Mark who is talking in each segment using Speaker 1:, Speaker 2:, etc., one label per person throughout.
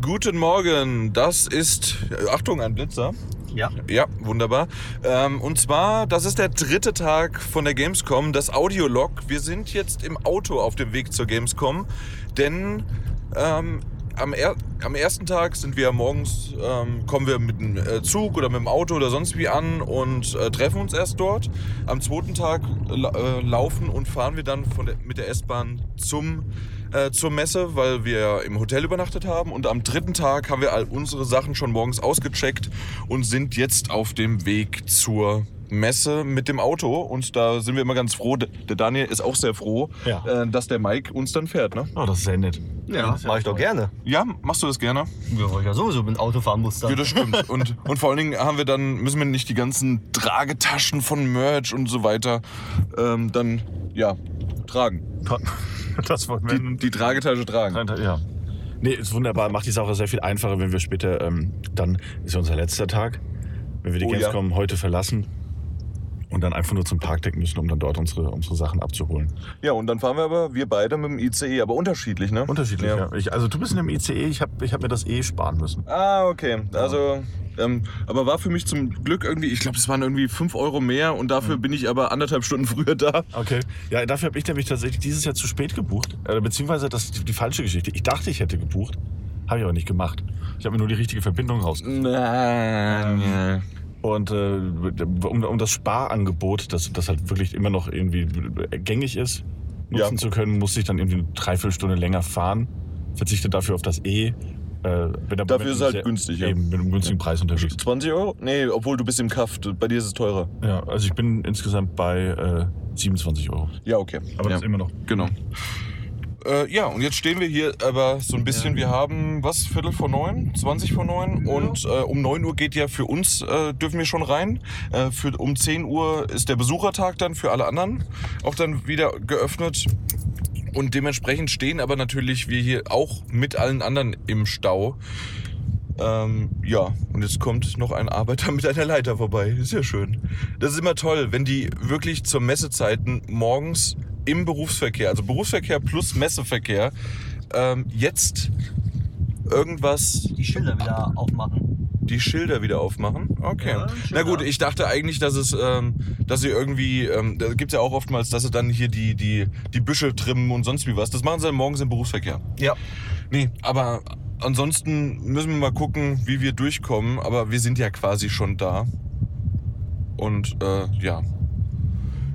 Speaker 1: Guten Morgen, das ist, Achtung, ein Blitzer.
Speaker 2: Ja.
Speaker 1: Ja, wunderbar. Ähm, und zwar, das ist der dritte Tag von der Gamescom, das Audiolog. Wir sind jetzt im Auto auf dem Weg zur Gamescom, denn ähm, am, er am ersten Tag sind wir morgens, ähm, kommen wir mit dem äh, Zug oder mit dem Auto oder sonst wie an und äh, treffen uns erst dort. Am zweiten Tag äh, la- äh, laufen und fahren wir dann von der, mit der S-Bahn zum äh, zur Messe, weil wir im Hotel übernachtet haben. Und am dritten Tag haben wir all unsere Sachen schon morgens ausgecheckt und sind jetzt auf dem Weg zur Messe mit dem Auto. Und da sind wir immer ganz froh. Der der Daniel ist auch sehr froh,
Speaker 2: Ja.
Speaker 1: äh, dass der Mike uns dann fährt. Ne?
Speaker 3: Ah,
Speaker 2: Oh, das ist ja nett.
Speaker 3: Ja,
Speaker 2: das mache ich doch gerne.
Speaker 1: Ja, machst du das gerne?
Speaker 2: Ja, weil ich ja sowieso mit dem Auto fahren muss
Speaker 1: Ja,
Speaker 2: dann.
Speaker 1: das stimmt. Und, und vor allen Dingen haben wir dann, müssen wir nicht die ganzen Tragetaschen von Merch und so weiter ähm, dann, ja, tragen.
Speaker 3: Das wollen wir.
Speaker 1: Die, die Tragetasche tragen.
Speaker 3: ja. Nee, ist wunderbar. Macht die Sache sehr viel einfacher, wenn wir später, ähm, dann ist ja unser letzter Tag, wenn wir die
Speaker 1: Oh ja.
Speaker 3: Gamescom heute verlassen und dann einfach nur zum Parkdeck müssen, um dann dort unsere, unsere Sachen abzuholen.
Speaker 1: Ja, und dann fahren wir aber, wir beide mit dem ICE, aber unterschiedlich, ne?
Speaker 3: Unterschiedlich,
Speaker 1: Ja.
Speaker 3: ja. Ich, also du bist in dem ICE, ich habe ich hab mir das eh sparen müssen.
Speaker 1: Ah, okay. Also, ähm, aber war für mich zum Glück irgendwie, ich glaube, es waren irgendwie 5 Euro mehr und dafür
Speaker 3: Mhm.
Speaker 1: bin ich aber anderthalb Stunden früher da.
Speaker 3: Okay. Ja, dafür habe ich nämlich tatsächlich dieses Jahr zu spät gebucht. Äh, beziehungsweise das ist die, die falsche Geschichte. Ich dachte, ich hätte gebucht, habe ich aber nicht gemacht. Ich habe mir nur die richtige Verbindung raus.
Speaker 1: Nein.
Speaker 3: Und äh, um, um das Sparangebot, das, das halt wirklich immer noch irgendwie gängig ist,
Speaker 1: Ja.
Speaker 3: nutzen zu können, musste ich dann irgendwie eine Dreiviertelstunde länger fahren, verzichte dafür auf das E. Äh, bin aber
Speaker 1: Dafür
Speaker 3: mit
Speaker 1: ist
Speaker 3: einem
Speaker 1: halt
Speaker 3: sehr-
Speaker 1: günstig, ja.
Speaker 3: Eben, mit einem günstigen Preis unterwegs.
Speaker 1: 20 Euro? Nee, obwohl du bist im Kaff, bei dir ist es teurer.
Speaker 3: Ja, also ich bin insgesamt bei äh, 27 Euro.
Speaker 1: Ja, okay.
Speaker 3: Aber
Speaker 1: ja.
Speaker 3: das ist immer noch.
Speaker 1: Genau. Äh, ja, und jetzt stehen wir hier aber so ein bisschen, wir haben, was, Viertel vor neun, 20 vor neun und äh, um 9 Uhr geht ja für uns, äh, dürfen wir schon rein. Äh, für, um 10 Uhr ist der Besuchertag dann für alle anderen auch dann wieder geöffnet. Und dementsprechend stehen aber natürlich wir hier auch mit allen anderen im Stau. Ähm, ja, und jetzt kommt noch ein Arbeiter mit einer Leiter vorbei. Ist ja schön. Das ist immer toll, wenn die wirklich zur Messezeiten morgens im Berufsverkehr, also Berufsverkehr plus Messeverkehr, ähm, jetzt irgendwas
Speaker 2: Die Schilder wieder aufmachen.
Speaker 1: die Schilder wieder aufmachen. Okay.
Speaker 2: Ja,
Speaker 1: Na
Speaker 2: Schilder.
Speaker 1: gut, ich dachte eigentlich, dass es, ähm, dass sie irgendwie, ähm, da gibt's ja auch oftmals, dass sie dann hier die, die, die Büsche trimmen und sonst wie was. Das machen sie dann morgens im Berufsverkehr.
Speaker 2: Ja.
Speaker 1: Nee, aber ansonsten müssen wir mal gucken, wie wir durchkommen. Aber wir sind ja quasi schon da. Und äh, ja.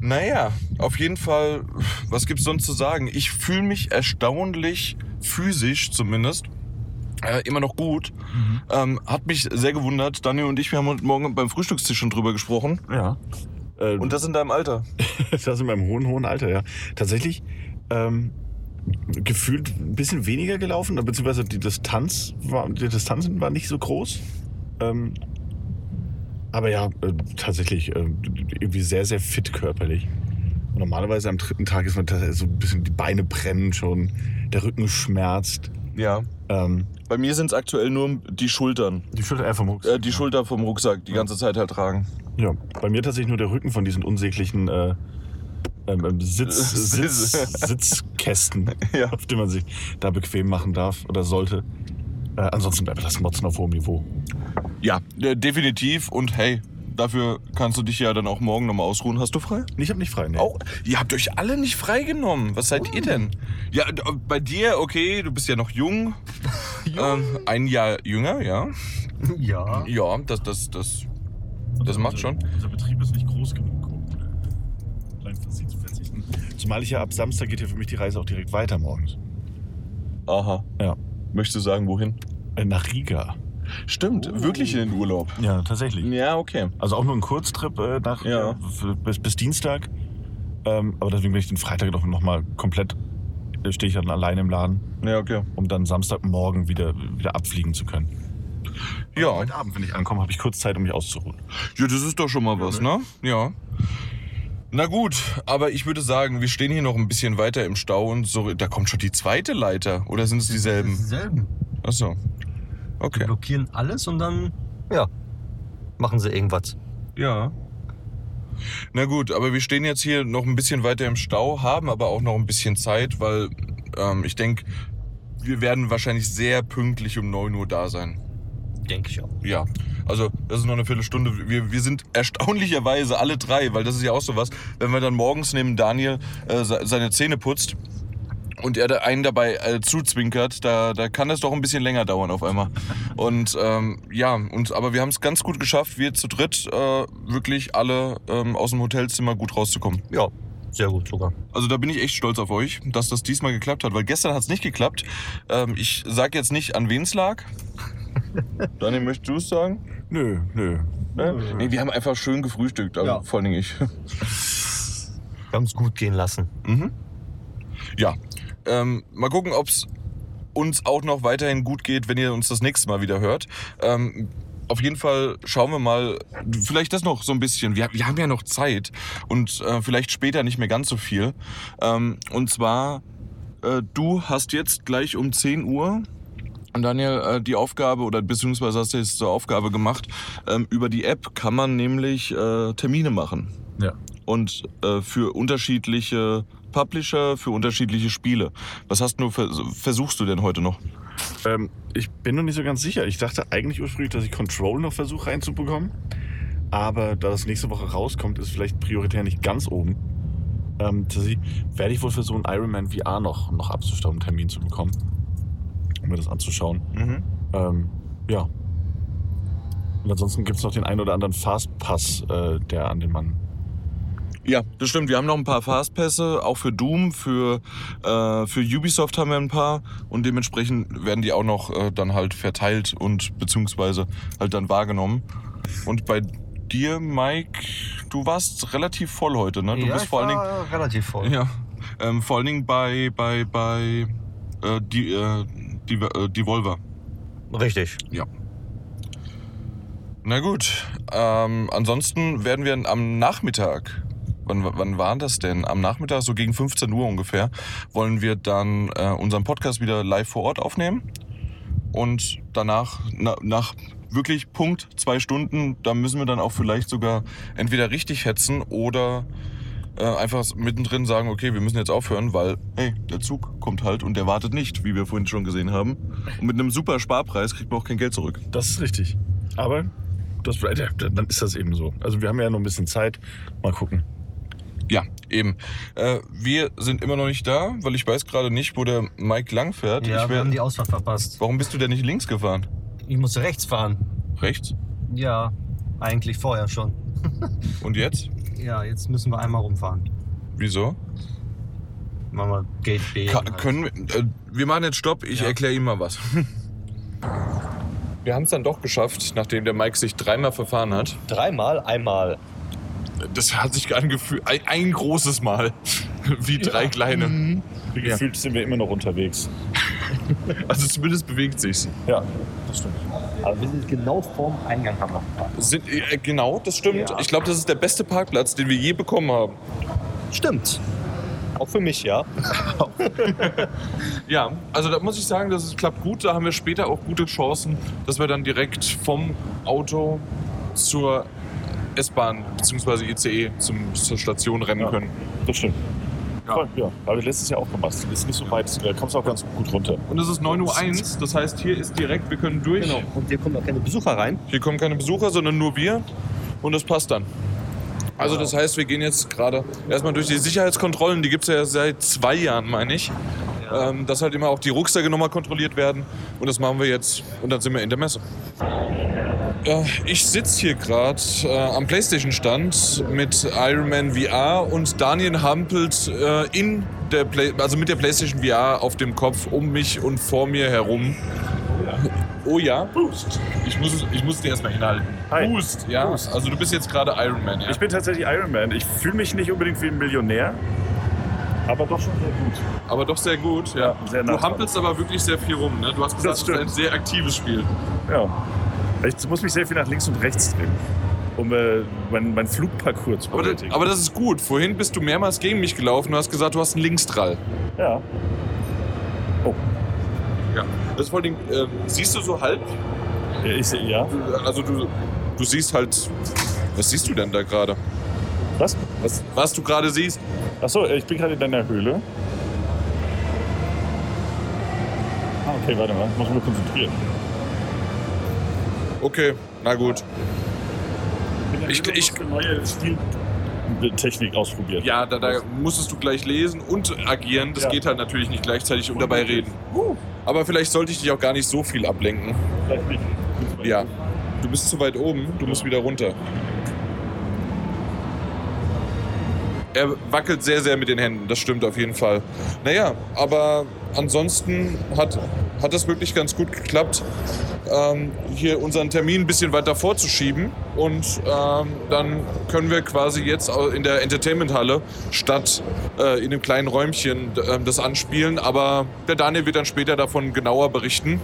Speaker 1: Naja, auf jeden Fall, was gibt's sonst zu sagen? Ich fühle mich erstaunlich physisch zumindest äh, immer noch gut. Ähm, hat mich sehr gewundert. Daniel und ich, wir haben heute Morgen beim Frühstückstisch schon drüber gesprochen.
Speaker 3: Ja. Äh,
Speaker 1: Und das in deinem Alter.
Speaker 3: das in meinem hohen, hohen Alter, ja. Tatsächlich ähm, gefühlt ein bisschen weniger gelaufen, beziehungsweise die Distanz war, die Distanzen waren nicht so groß. Ähm, aber ja, äh, tatsächlich äh, irgendwie sehr, sehr fit körperlich. Und normalerweise am dritten Tag ist man tats- so ein bisschen, die Beine brennen schon, der Rücken schmerzt.
Speaker 1: Ja.
Speaker 3: Ähm,
Speaker 1: Bei mir sind es aktuell nur die Schultern.
Speaker 3: die Schulter einfach vom
Speaker 1: Äh, die Schulter vom Rucksack die ganze Zeit halt tragen.
Speaker 3: Ja, bei mir tatsächlich nur der Rücken von diesen unsäglichen äh, ähm, ähm, Sitz,
Speaker 1: Sitz.
Speaker 3: Sitz, Sitzkästen,
Speaker 1: Ja.
Speaker 3: auf denen man sich da bequem machen darf oder sollte. Äh, ansonsten bleibt das Motzen auf hohem Niveau.
Speaker 1: Ja, äh, definitiv. Und hey, dafür kannst du dich ja dann auch morgen nochmal ausruhen. Hast du frei?
Speaker 3: Nee, Ich habe nicht frei. Nee.
Speaker 1: Auch, ihr habt euch alle nicht freigenommen. Was seid ihr denn? Ja, d- bei dir, okay, du bist ja noch jung. Ähm, ein Jahr jünger, ja.
Speaker 2: Ja.
Speaker 1: Ja, das, das, das, das macht schon.
Speaker 3: Unser Betrieb ist nicht groß genug, um äh, leicht zu verzichten. Zumal ich ja ab Samstag geht ja für mich die Reise auch direkt weiter morgens.
Speaker 1: Aha.
Speaker 3: Ja.
Speaker 1: Möchtest du sagen, wohin?
Speaker 3: Äh, nach Riga.
Speaker 1: Stimmt,
Speaker 2: Oh.
Speaker 1: wirklich in den Urlaub.
Speaker 3: Ja, tatsächlich.
Speaker 1: Ja, okay.
Speaker 3: Also auch nur ein Kurztrip äh, nach,
Speaker 1: Ja.
Speaker 3: f- bis, bis Dienstag. Ähm, aber deswegen bin ich den Freitag doch nochmal komplett, äh, stehe ich dann alleine im Laden,
Speaker 1: Ja, okay.
Speaker 3: um dann Samstagmorgen wieder, wieder abfliegen zu können.
Speaker 1: Ja.
Speaker 3: Heute Abend, wenn ich ankomme, habe ich kurz Zeit, um mich auszuruhen.
Speaker 1: Ja, das ist doch schon mal was, ne? Ja. Na gut, aber ich würde sagen, wir stehen hier noch ein bisschen weiter im Stau und so, da kommt schon die zweite Leiter. Oder sind es dieselben?
Speaker 2: Dieselben.
Speaker 1: Achso.
Speaker 2: Die
Speaker 1: Okay.
Speaker 2: blockieren alles und dann, ja, machen sie irgendwas.
Speaker 1: Ja. Na gut, aber wir stehen jetzt hier noch ein bisschen weiter im Stau, haben aber auch noch ein bisschen Zeit, weil ähm, ich denke, wir werden wahrscheinlich sehr pünktlich um 9 Uhr da sein.
Speaker 2: Denke ich auch.
Speaker 1: Ja, also das ist noch eine Viertelstunde. Wir, wir sind erstaunlicherweise alle drei, weil das ist ja auch sowas, wenn wir dann morgens neben Daniel äh, se- seine Zähne putzt und er da einen dabei äh, zuzwinkert, da, da kann das doch ein bisschen länger dauern auf einmal. Und ähm, ja, und, aber wir haben es ganz gut geschafft, wir zu dritt äh, wirklich alle ähm, aus dem Hotelzimmer gut rauszukommen.
Speaker 2: Ja, sehr gut sogar.
Speaker 1: Also da bin ich echt stolz auf euch, dass das diesmal geklappt hat, weil gestern hat es nicht geklappt. Ähm, ich sage jetzt nicht, an wen es lag. Daniel, möchtest du es sagen?
Speaker 3: Nö, nö.
Speaker 1: Ne? Nee, wir haben einfach schön gefrühstückt, also
Speaker 2: Ja.
Speaker 1: vor allen Dingen ich.
Speaker 2: Wir haben es gut gehen lassen.
Speaker 1: Mhm. Ja, ähm, mal gucken, ob es uns auch noch weiterhin gut geht, wenn ihr uns das nächste Mal wieder hört. Ähm, auf jeden Fall schauen wir mal, vielleicht das noch so ein bisschen. Wir, wir haben ja noch Zeit und äh, vielleicht später nicht mehr ganz so viel. Ähm, und zwar, äh, du hast jetzt gleich um 10 Uhr, Daniel, äh, die Aufgabe oder beziehungsweise hast du jetzt zur Aufgabe gemacht, ähm, über die App kann man nämlich äh, Termine machen
Speaker 4: Ja.
Speaker 1: und äh, für unterschiedliche Publisher, für unterschiedliche Spiele. Was hast du vers versuchst du denn heute noch?
Speaker 3: Ähm, ich bin noch nicht so ganz sicher. Ich dachte eigentlich ursprünglich, dass ich Control noch versuche reinzubekommen. Aber da das nächste Woche rauskommt, ist vielleicht prioritär nicht ganz oben. Ähm, tatsächlich werde ich wohl versuchen, Iron Man VR noch, noch abzustauben, einen Termin zu bekommen. Um mir das anzuschauen.
Speaker 1: Mhm.
Speaker 3: Ähm, ja. Und ansonsten gibt es noch den einen oder anderen Fastpass, äh, der an den Mann.
Speaker 1: Ja, das stimmt. Wir haben noch ein paar Fastpässe, auch für Doom, für, äh, für Ubisoft haben wir ein paar und dementsprechend werden die auch noch äh, dann halt verteilt und beziehungsweise halt dann wahrgenommen. Und bei dir, Mike, du warst relativ voll heute, ne? Du
Speaker 2: ja,
Speaker 1: bist
Speaker 2: ich
Speaker 1: vor allen Dingen
Speaker 2: war relativ voll.
Speaker 1: Ja, ähm, vor allen Dingen bei, bei, bei äh, die, äh, die, äh, Devolver.
Speaker 2: Richtig.
Speaker 1: Na gut, ähm, ansonsten werden wir am Nachmittag, wann, wann war das denn? Am Nachmittag, so gegen 15 Uhr ungefähr, wollen wir dann äh, unseren Podcast wieder live vor Ort aufnehmen. Und danach, na, nach wirklich Punkt zwei Stunden, da müssen wir dann auch vielleicht sogar entweder richtig hetzen oder äh, einfach mittendrin sagen, okay, wir müssen jetzt aufhören, weil, hey, der Zug kommt halt und der wartet nicht, wie wir vorhin schon gesehen haben. Und mit einem super Sparpreis kriegt man auch kein Geld zurück.
Speaker 3: Das ist richtig. Aber das, dann ist das eben so. Also wir haben ja noch ein bisschen Zeit. Mal gucken.
Speaker 1: Ja, eben. Äh, wir sind immer noch nicht da, weil ich weiß gerade nicht, wo der Mike lang fährt.
Speaker 2: Ja,
Speaker 1: ich
Speaker 2: wir
Speaker 1: wär,
Speaker 2: haben die Ausfahrt verpasst.
Speaker 1: warum bist du denn nicht links gefahren?
Speaker 2: Ich musste rechts fahren.
Speaker 1: Rechts?
Speaker 2: Ja, eigentlich vorher schon.
Speaker 1: Und jetzt?
Speaker 2: Ja, jetzt müssen wir einmal rumfahren.
Speaker 1: Wieso?
Speaker 2: Machen wir Gate B.
Speaker 1: Ka
Speaker 2: und halt.
Speaker 1: können wir, äh, wir machen jetzt Stopp, ich
Speaker 2: Ja.
Speaker 1: erkläre ihm mal was. Wir haben es dann doch geschafft, nachdem der Mike sich dreimal verfahren hat.
Speaker 2: Dreimal, einmal.
Speaker 1: Das hat sich angefühlt, ein, ein großes Mal, wie drei kleine. Ja.
Speaker 3: Gefühlt sind wir immer noch unterwegs.
Speaker 1: Also zumindest bewegt sich's.
Speaker 3: Ja, das stimmt.
Speaker 2: Aber wir sind genau vorm Eingang haben wir gefahren.
Speaker 1: Sind, äh, genau, das stimmt.
Speaker 2: Ja.
Speaker 1: Ich glaube, das ist der beste Parkplatz, den wir je bekommen haben.
Speaker 2: Stimmt. Auch für mich, ja.
Speaker 1: Ja, also da muss ich sagen, das klappt gut. Da haben wir später auch gute Chancen, dass wir dann direkt vom Auto zur S-Bahn bzw. ICE E zum, zur Station rennen
Speaker 3: Ja.
Speaker 1: können.
Speaker 3: Das stimmt.
Speaker 1: Ja.
Speaker 3: Voll, ja. Habe ich letztes Jahr auch gemacht. Ist nicht so weit. Da kommst du auch ganz gut runter.
Speaker 1: Und es ist 9.01 Uhr, das heißt, hier ist direkt, wir können durch.
Speaker 2: Und hier kommen auch keine Besucher rein.
Speaker 1: Hier kommen keine Besucher, sondern nur wir. Und das passt dann. Also das heißt, wir gehen jetzt gerade erstmal durch die Sicherheitskontrollen. Die gibt es ja seit zwei Jahren, meine ich. Ähm, dass halt immer auch die Rucksäcke nochmal kontrolliert werden. Und das machen wir jetzt. Und dann sind wir in der Messe. Äh, ich sitze hier gerade äh, am Playstation-Stand mit Iron Man VR und Daniel hampelt äh, in der Play also mit der Playstation VR auf dem Kopf um mich und vor mir herum. Oh ja. Boost. Ich muss, ich muss den erstmal hinhalten.
Speaker 3: Hi.
Speaker 1: Boost, ja. Also du bist jetzt gerade Iron Man, ja.
Speaker 3: Ich bin tatsächlich Iron Man. Ich fühle mich nicht unbedingt wie ein Millionär, aber doch schon sehr gut.
Speaker 1: aber doch sehr gut, ja.
Speaker 3: Ja, sehr
Speaker 1: du
Speaker 3: nachtragend.
Speaker 1: hampelst aber wirklich sehr viel rum, ne? Du hast gesagt,
Speaker 3: Das
Speaker 1: es ist ein
Speaker 3: stimmt.
Speaker 1: sehr aktives Spiel.
Speaker 3: Ja. Ich muss mich sehr viel nach links und rechts drehen, um äh, meinen mein Flugparcours zu
Speaker 1: Aber, das-
Speaker 3: bewältigen.
Speaker 1: aber das ist gut. Vorhin bist du mehrmals gegen mich gelaufen und hast gesagt, du hast einen Linksdrall.
Speaker 3: ja.
Speaker 1: Ja. Das ist vor allem, äh, siehst du so halb?
Speaker 3: Ja, Ich, seh- Äh, ja.
Speaker 1: Du- Also du, du siehst halt. Was siehst du denn da gerade?
Speaker 3: Was? äh,
Speaker 1: Was, was du gerade siehst?
Speaker 3: Achso, ich bin gerade in deiner Höhle.
Speaker 4: Okay, warte mal, ich muss mich konzentrieren.
Speaker 1: Okay, na gut. Ich-
Speaker 4: Ich habe
Speaker 1: ich-
Speaker 4: ich, eine neue Spieltechnik ausprobiert.
Speaker 1: Ja, da, da musstest du gleich lesen und agieren. Das
Speaker 4: Ja.
Speaker 1: geht halt natürlich nicht gleichzeitig und dabei reden. Aber vielleicht sollte ich dich auch gar nicht so viel ablenken.
Speaker 4: Vielleicht nicht.
Speaker 1: Ja. Du bist zu weit oben, du musst wieder runter. Er wackelt sehr, sehr mit den Händen, das stimmt auf jeden Fall. Naja, aber ansonsten hat, hat das wirklich ganz gut geklappt, ähm, hier unseren Termin ein bisschen weiter vorzuschieben. Und ähm, dann können wir quasi jetzt au- in der Entertainmenthalle statt äh, in dem kleinen Räumchen ähm, das anspielen. Aber der Daniel wird dann später davon genauer berichten.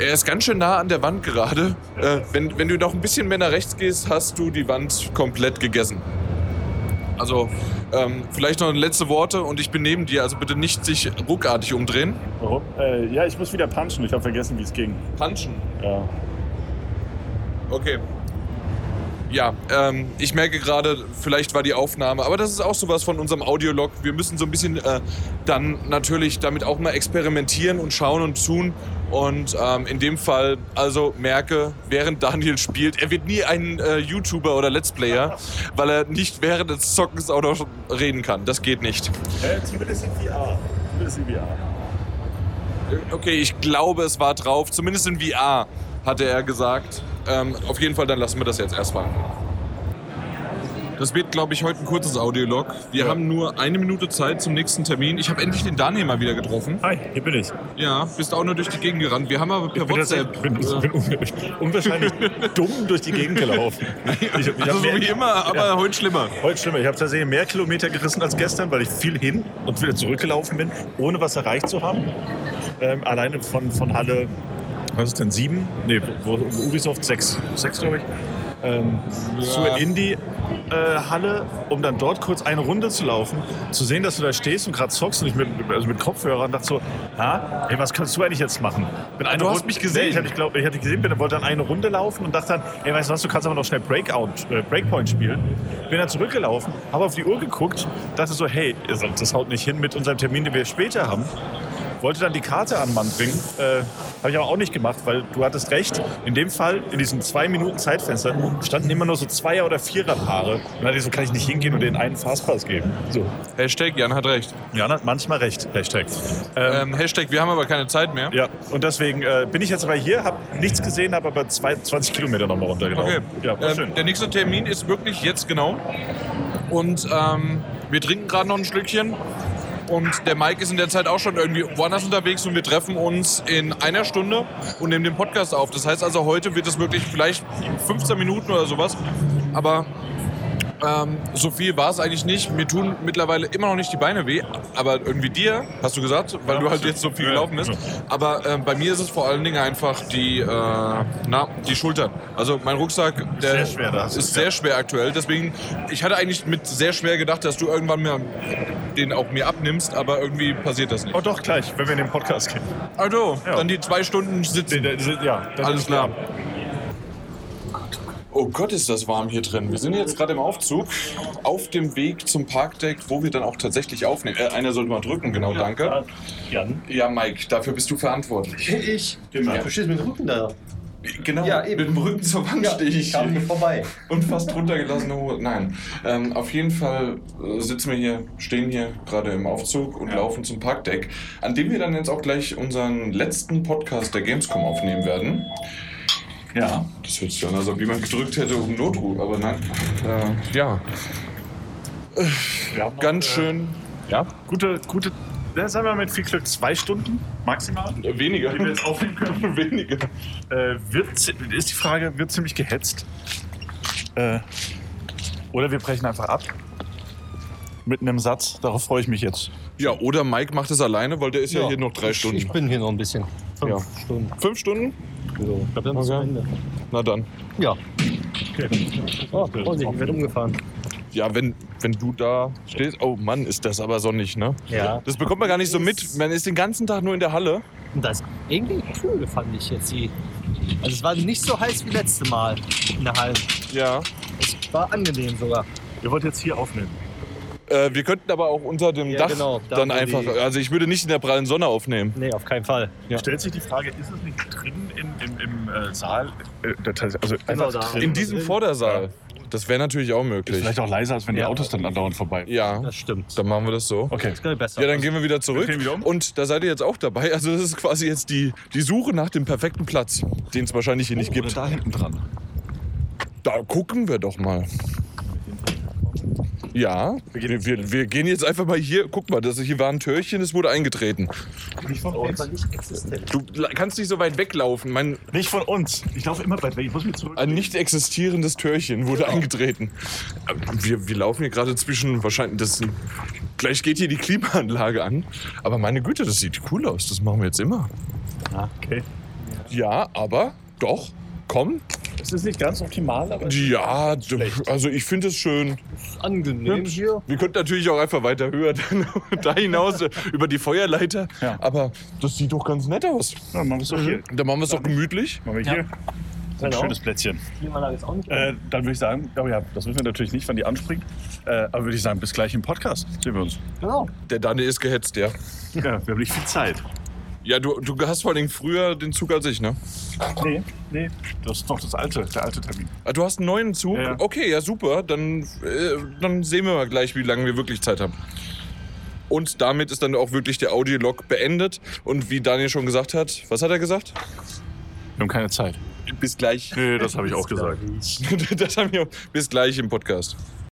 Speaker 1: Er ist ganz schön nah an der Wand gerade. Äh, wenn, wenn du noch ein bisschen mehr nach rechts gehst, hast du die Wand komplett gegessen. Also, ähm, vielleicht noch letzte Worte und ich bin neben dir, also bitte nicht sich ruckartig umdrehen.
Speaker 4: Warum? Äh, ja, ich muss wieder punchen. Ich habe vergessen, wie es ging.
Speaker 1: Punchen.
Speaker 4: Ja.
Speaker 1: Okay. Ja, ähm, ich merke gerade, vielleicht war die Aufnahme, aber das ist auch sowas von unserem Audiolog. Wir müssen so ein bisschen äh, dann natürlich damit auch mal experimentieren und schauen und tun. Und ähm, in dem Fall, also merke, während Daniel spielt, er wird nie ein äh, YouTuber oder Let's Player, weil er nicht während des Zockens auch noch reden kann. Das geht nicht.
Speaker 4: Äh, zumindest in VR. Zumindest in VR.
Speaker 1: Okay, ich glaube, es war drauf. Zumindest in VR, hatte er gesagt. Ähm, auf jeden Fall, dann lassen wir das jetzt erstmal. Das wird, glaube ich, heute ein kurzes Audiolog. Wir haben nur eine Minute Zeit zum nächsten Termin. Ich habe endlich den Daniel mal wieder getroffen.
Speaker 3: Hi, hier bin ich.
Speaker 1: Ja, bist auch nur durch die Gegend gerannt. Wir haben aber per
Speaker 3: bin,
Speaker 1: WhatsApp.
Speaker 3: bin,
Speaker 1: äh,
Speaker 3: bin un unwahrscheinlich dumm durch die Gegend gelaufen. Ich, hab- ich hab
Speaker 1: also so
Speaker 3: mehr-
Speaker 1: wie immer, aber heute schlimmer.
Speaker 3: Heute schlimmer. Ich habe tatsächlich mehr Kilometer gerissen als gestern, weil ich viel hin und wieder zurückgelaufen bin, ohne was erreicht zu haben. Ähm, alleine von, von Halle, was ist denn, sieben? Nee, wo, wo Ubisoft sechs, sechs glaube ich. Ähm, Zur Indie-Halle, um dann dort kurz eine Runde zu laufen, zu sehen, dass du da stehst und gerade zockst und ich mit, also mit Kopfhörern dachte so, ha, ey, was kannst du eigentlich jetzt machen? Bin eine
Speaker 1: du hast
Speaker 3: Runde-
Speaker 1: mich gesehen.
Speaker 3: Nee, ich, hab, ich, glaub, ich hatte gesehen, bin, wollte dann eine Runde laufen und dachte dann, ey, weißt du was, du kannst aber noch schnell Breakout, äh, Breakpoint spielen. Bin dann zurückgelaufen, habe auf die Uhr geguckt, dachte so, hey, das haut nicht hin mit unserem Termin, den wir später haben. Wollte dann die Karte an den Mann bringen. Äh, Habe ich aber auch nicht gemacht, weil du hattest recht. In dem Fall, in diesem zwei Minuten Zeitfenster, standen immer nur so Zweier- oder Viererpaare. Und dann dachte ich so, kann ich nicht hingehen und denen einen Fastpass geben. So.
Speaker 1: Hashtag Jan hat recht.
Speaker 3: Jan hat manchmal recht. Hashtag. Ähm,
Speaker 1: Ähm, Hashtag, wir haben aber keine Zeit mehr.
Speaker 3: ja, und deswegen äh, bin ich jetzt aber hier, habe nichts gesehen, habe aber zwei, 20 Kilometer nochmal
Speaker 1: Okay.
Speaker 3: runtergelaufen. Ja, war schön.
Speaker 1: ähm, der nächste Termin ist wirklich jetzt genau. Und ähm, wir trinken gerade noch ein Schlückchen. Und der Mike ist in der Zeit auch schon irgendwie woanders unterwegs und wir treffen uns in einer Stunde und nehmen den Podcast auf. Das heißt also, heute wird es wirklich vielleicht 15 Minuten oder sowas. Aber ähm, so viel war es eigentlich nicht. Mir tun mittlerweile immer noch nicht die Beine weh, aber irgendwie dir, hast du gesagt, weil du halt jetzt so viel
Speaker 3: Ja,
Speaker 1: gelaufen bist.
Speaker 3: ja.
Speaker 1: Aber ähm, bei mir ist es vor allen Dingen einfach die, äh, na, die Schultern. Also mein Rucksack der
Speaker 3: Sehr schwer, da hast du
Speaker 1: ist
Speaker 3: es,
Speaker 1: sehr
Speaker 3: ja.
Speaker 1: schwer aktuell. Deswegen, ich hatte eigentlich mit sehr schwer gedacht, dass du irgendwann mir den auch mir abnimmst, aber irgendwie passiert das nicht.
Speaker 3: Oh doch, gleich, wenn wir in den Podcast gehen.
Speaker 1: Also,
Speaker 3: Ja.
Speaker 1: dann die zwei Stunden
Speaker 3: Nee,
Speaker 1: sitzen.
Speaker 3: da- da- Ja, dann-
Speaker 1: Alles klar. Oh Gott, ist das warm hier drin. Wir sind jetzt gerade im Aufzug auf dem Weg zum Parkdeck, wo wir dann auch tatsächlich aufnehmen. Äh, einer sollte mal drücken, genau, danke.
Speaker 3: Äh,
Speaker 5: Jan,
Speaker 1: Ja, Mike, dafür bist du verantwortlich.
Speaker 5: ich.
Speaker 3: Genau.
Speaker 5: Du stehst mit dem Rücken da.
Speaker 1: Genau,
Speaker 5: Ja, eben.
Speaker 1: mit dem Rücken zur Wand stehe ich.
Speaker 5: kam mir vorbei.
Speaker 1: Und fast runtergelassene Hose. Nein. Ähm, auf jeden Fall äh, sitzen wir hier, stehen hier gerade im Aufzug und laufen zum Parkdeck, an dem wir dann jetzt auch gleich unseren letzten Podcast der Gamescom aufnehmen werden.
Speaker 3: Ja.
Speaker 1: Das hört sich an, als ob jemand gedrückt hätte um Notruf, aber nein. Äh, ja,
Speaker 3: Wir haben noch,
Speaker 1: ganz
Speaker 3: äh,
Speaker 1: schön
Speaker 3: Ja. Gute, gute, ja, sagen wir mal mit viel Glück zwei Stunden maximal, die
Speaker 1: äh, weniger.
Speaker 3: wir jetzt aufnehmen können.
Speaker 1: weniger.
Speaker 3: Äh, wird, zi- ist die Frage, wird ziemlich gehetzt? Äh, oder wir brechen einfach ab. Mit einem Satz, darauf freue ich mich jetzt.
Speaker 1: Ja, oder Mike macht es alleine, weil der ist ja,
Speaker 2: Ja.
Speaker 1: hier noch drei
Speaker 2: Ich
Speaker 1: Stunden.
Speaker 2: bin hier noch ein bisschen. Fünf
Speaker 1: Ja.
Speaker 2: Stunden.
Speaker 1: Fünf Stunden?
Speaker 2: So.
Speaker 3: Ich glaube, dann ist
Speaker 1: Okay.
Speaker 3: Ende.
Speaker 1: Na dann.
Speaker 2: Ja.
Speaker 3: Okay.
Speaker 2: Oh, Vorsicht, ich werde umgefahren.
Speaker 1: Ja, wenn, wenn du da stehst. Oh Mann, ist das aber sonnig, ne?
Speaker 2: Ja.
Speaker 1: Das bekommt man gar nicht so mit. Man ist den ganzen Tag nur in der Halle.
Speaker 2: Und das irgendwie kühl fand ich jetzt die. Also es war nicht so heiß wie letzte Mal in der Halle.
Speaker 1: Ja.
Speaker 2: Es war angenehm sogar.
Speaker 3: Ihr wollt jetzt hier aufnehmen.
Speaker 1: Äh, wir könnten aber auch unter dem
Speaker 2: Ja,
Speaker 1: Dach
Speaker 2: genau, da
Speaker 1: dann
Speaker 2: wo die-
Speaker 1: einfach. Also ich würde nicht in der prallen Sonne aufnehmen.
Speaker 2: Nee, auf keinen Fall. Ja.
Speaker 4: Stellt sich die Frage, ist es nicht drin in, im, im äh, Saal? Äh, das heißt, also
Speaker 2: Genau
Speaker 4: einfach
Speaker 2: da.
Speaker 4: drin.
Speaker 1: In diesem Vordersaal. Das wäre natürlich auch möglich.
Speaker 3: Vielleicht auch leiser, als wenn die
Speaker 2: Ja.
Speaker 3: Autos dann andauernd vorbei.
Speaker 1: Ja,
Speaker 2: Das stimmt.
Speaker 1: dann machen wir das so.
Speaker 3: Okay.
Speaker 2: Das kann ich besser.
Speaker 1: Ja, dann gehen wir wieder zurück.
Speaker 4: Wir gehen wieder um.
Speaker 1: Und da seid ihr jetzt auch dabei. Also das ist quasi jetzt die, die Suche nach dem perfekten Platz, den es wahrscheinlich hier nicht
Speaker 3: Oder
Speaker 1: gibt.
Speaker 3: da hinten dran.
Speaker 1: Da gucken wir doch mal. Ja, wir, wir, wir gehen jetzt einfach mal hier. Guck mal, das, hier war ein Türchen, es wurde eingetreten.
Speaker 3: Nicht von uns.
Speaker 2: nicht existent.
Speaker 1: Du la- kannst nicht so weit weglaufen. Mein
Speaker 3: Nicht von uns.
Speaker 4: Ich laufe immer weit weg, ich muss mich zurück.
Speaker 1: ein Äh, nicht existierendes Türchen wurde eingetreten. Wir, wir laufen hier gerade zwischen wahrscheinlich. Das, gleich geht hier die Klimaanlage an. Aber meine Güte, das sieht cool aus. Das machen wir jetzt immer. Ah,
Speaker 4: Okay.
Speaker 1: Ja, aber doch. Komm.
Speaker 4: Es ist nicht ganz optimal, aber.
Speaker 1: Ja, d- also ich finde es schön.
Speaker 2: Angenehm hier.
Speaker 1: Wir könnten natürlich auch einfach weiter höher dann, da hinaus äh, über die Feuerleiter.
Speaker 4: Ja.
Speaker 1: Aber das sieht doch ganz nett aus.
Speaker 4: Ja, machen wir es doch hier.
Speaker 1: Dann machen wir es doch gemütlich.
Speaker 4: Machen wir hier. Das ist ein
Speaker 2: Genau.
Speaker 4: schönes Plätzchen.
Speaker 2: Klimaanlage ist auch nicht.
Speaker 4: Äh, dann würde ich sagen, oh ja, das wissen wir natürlich nicht, wann die anspringt. Äh, aber würde ich sagen, bis gleich im Podcast. Sehen wir uns.
Speaker 2: Genau.
Speaker 1: Der Daniel ist gehetzt, ja.
Speaker 4: Ja, wir haben nicht viel Zeit.
Speaker 1: Ja, du, du hast vor allen Dingen früher den Zug als ich, ne?
Speaker 4: Nee, nee. Das ist noch das alte, der alte Termin.
Speaker 1: Ah, Du hast einen neuen Zug?
Speaker 4: Ja, ja.
Speaker 1: Okay, ja super. Dann, äh, dann sehen wir mal gleich, wie lange wir wirklich Zeit haben. Und damit ist dann auch wirklich der Audiolog beendet. Und wie Daniel schon gesagt hat, was hat er gesagt?
Speaker 4: Wir haben keine Zeit.
Speaker 1: Bis gleich.
Speaker 4: Nee, das habe ich auch gesagt.
Speaker 1: das haben wir bis gleich im Podcast.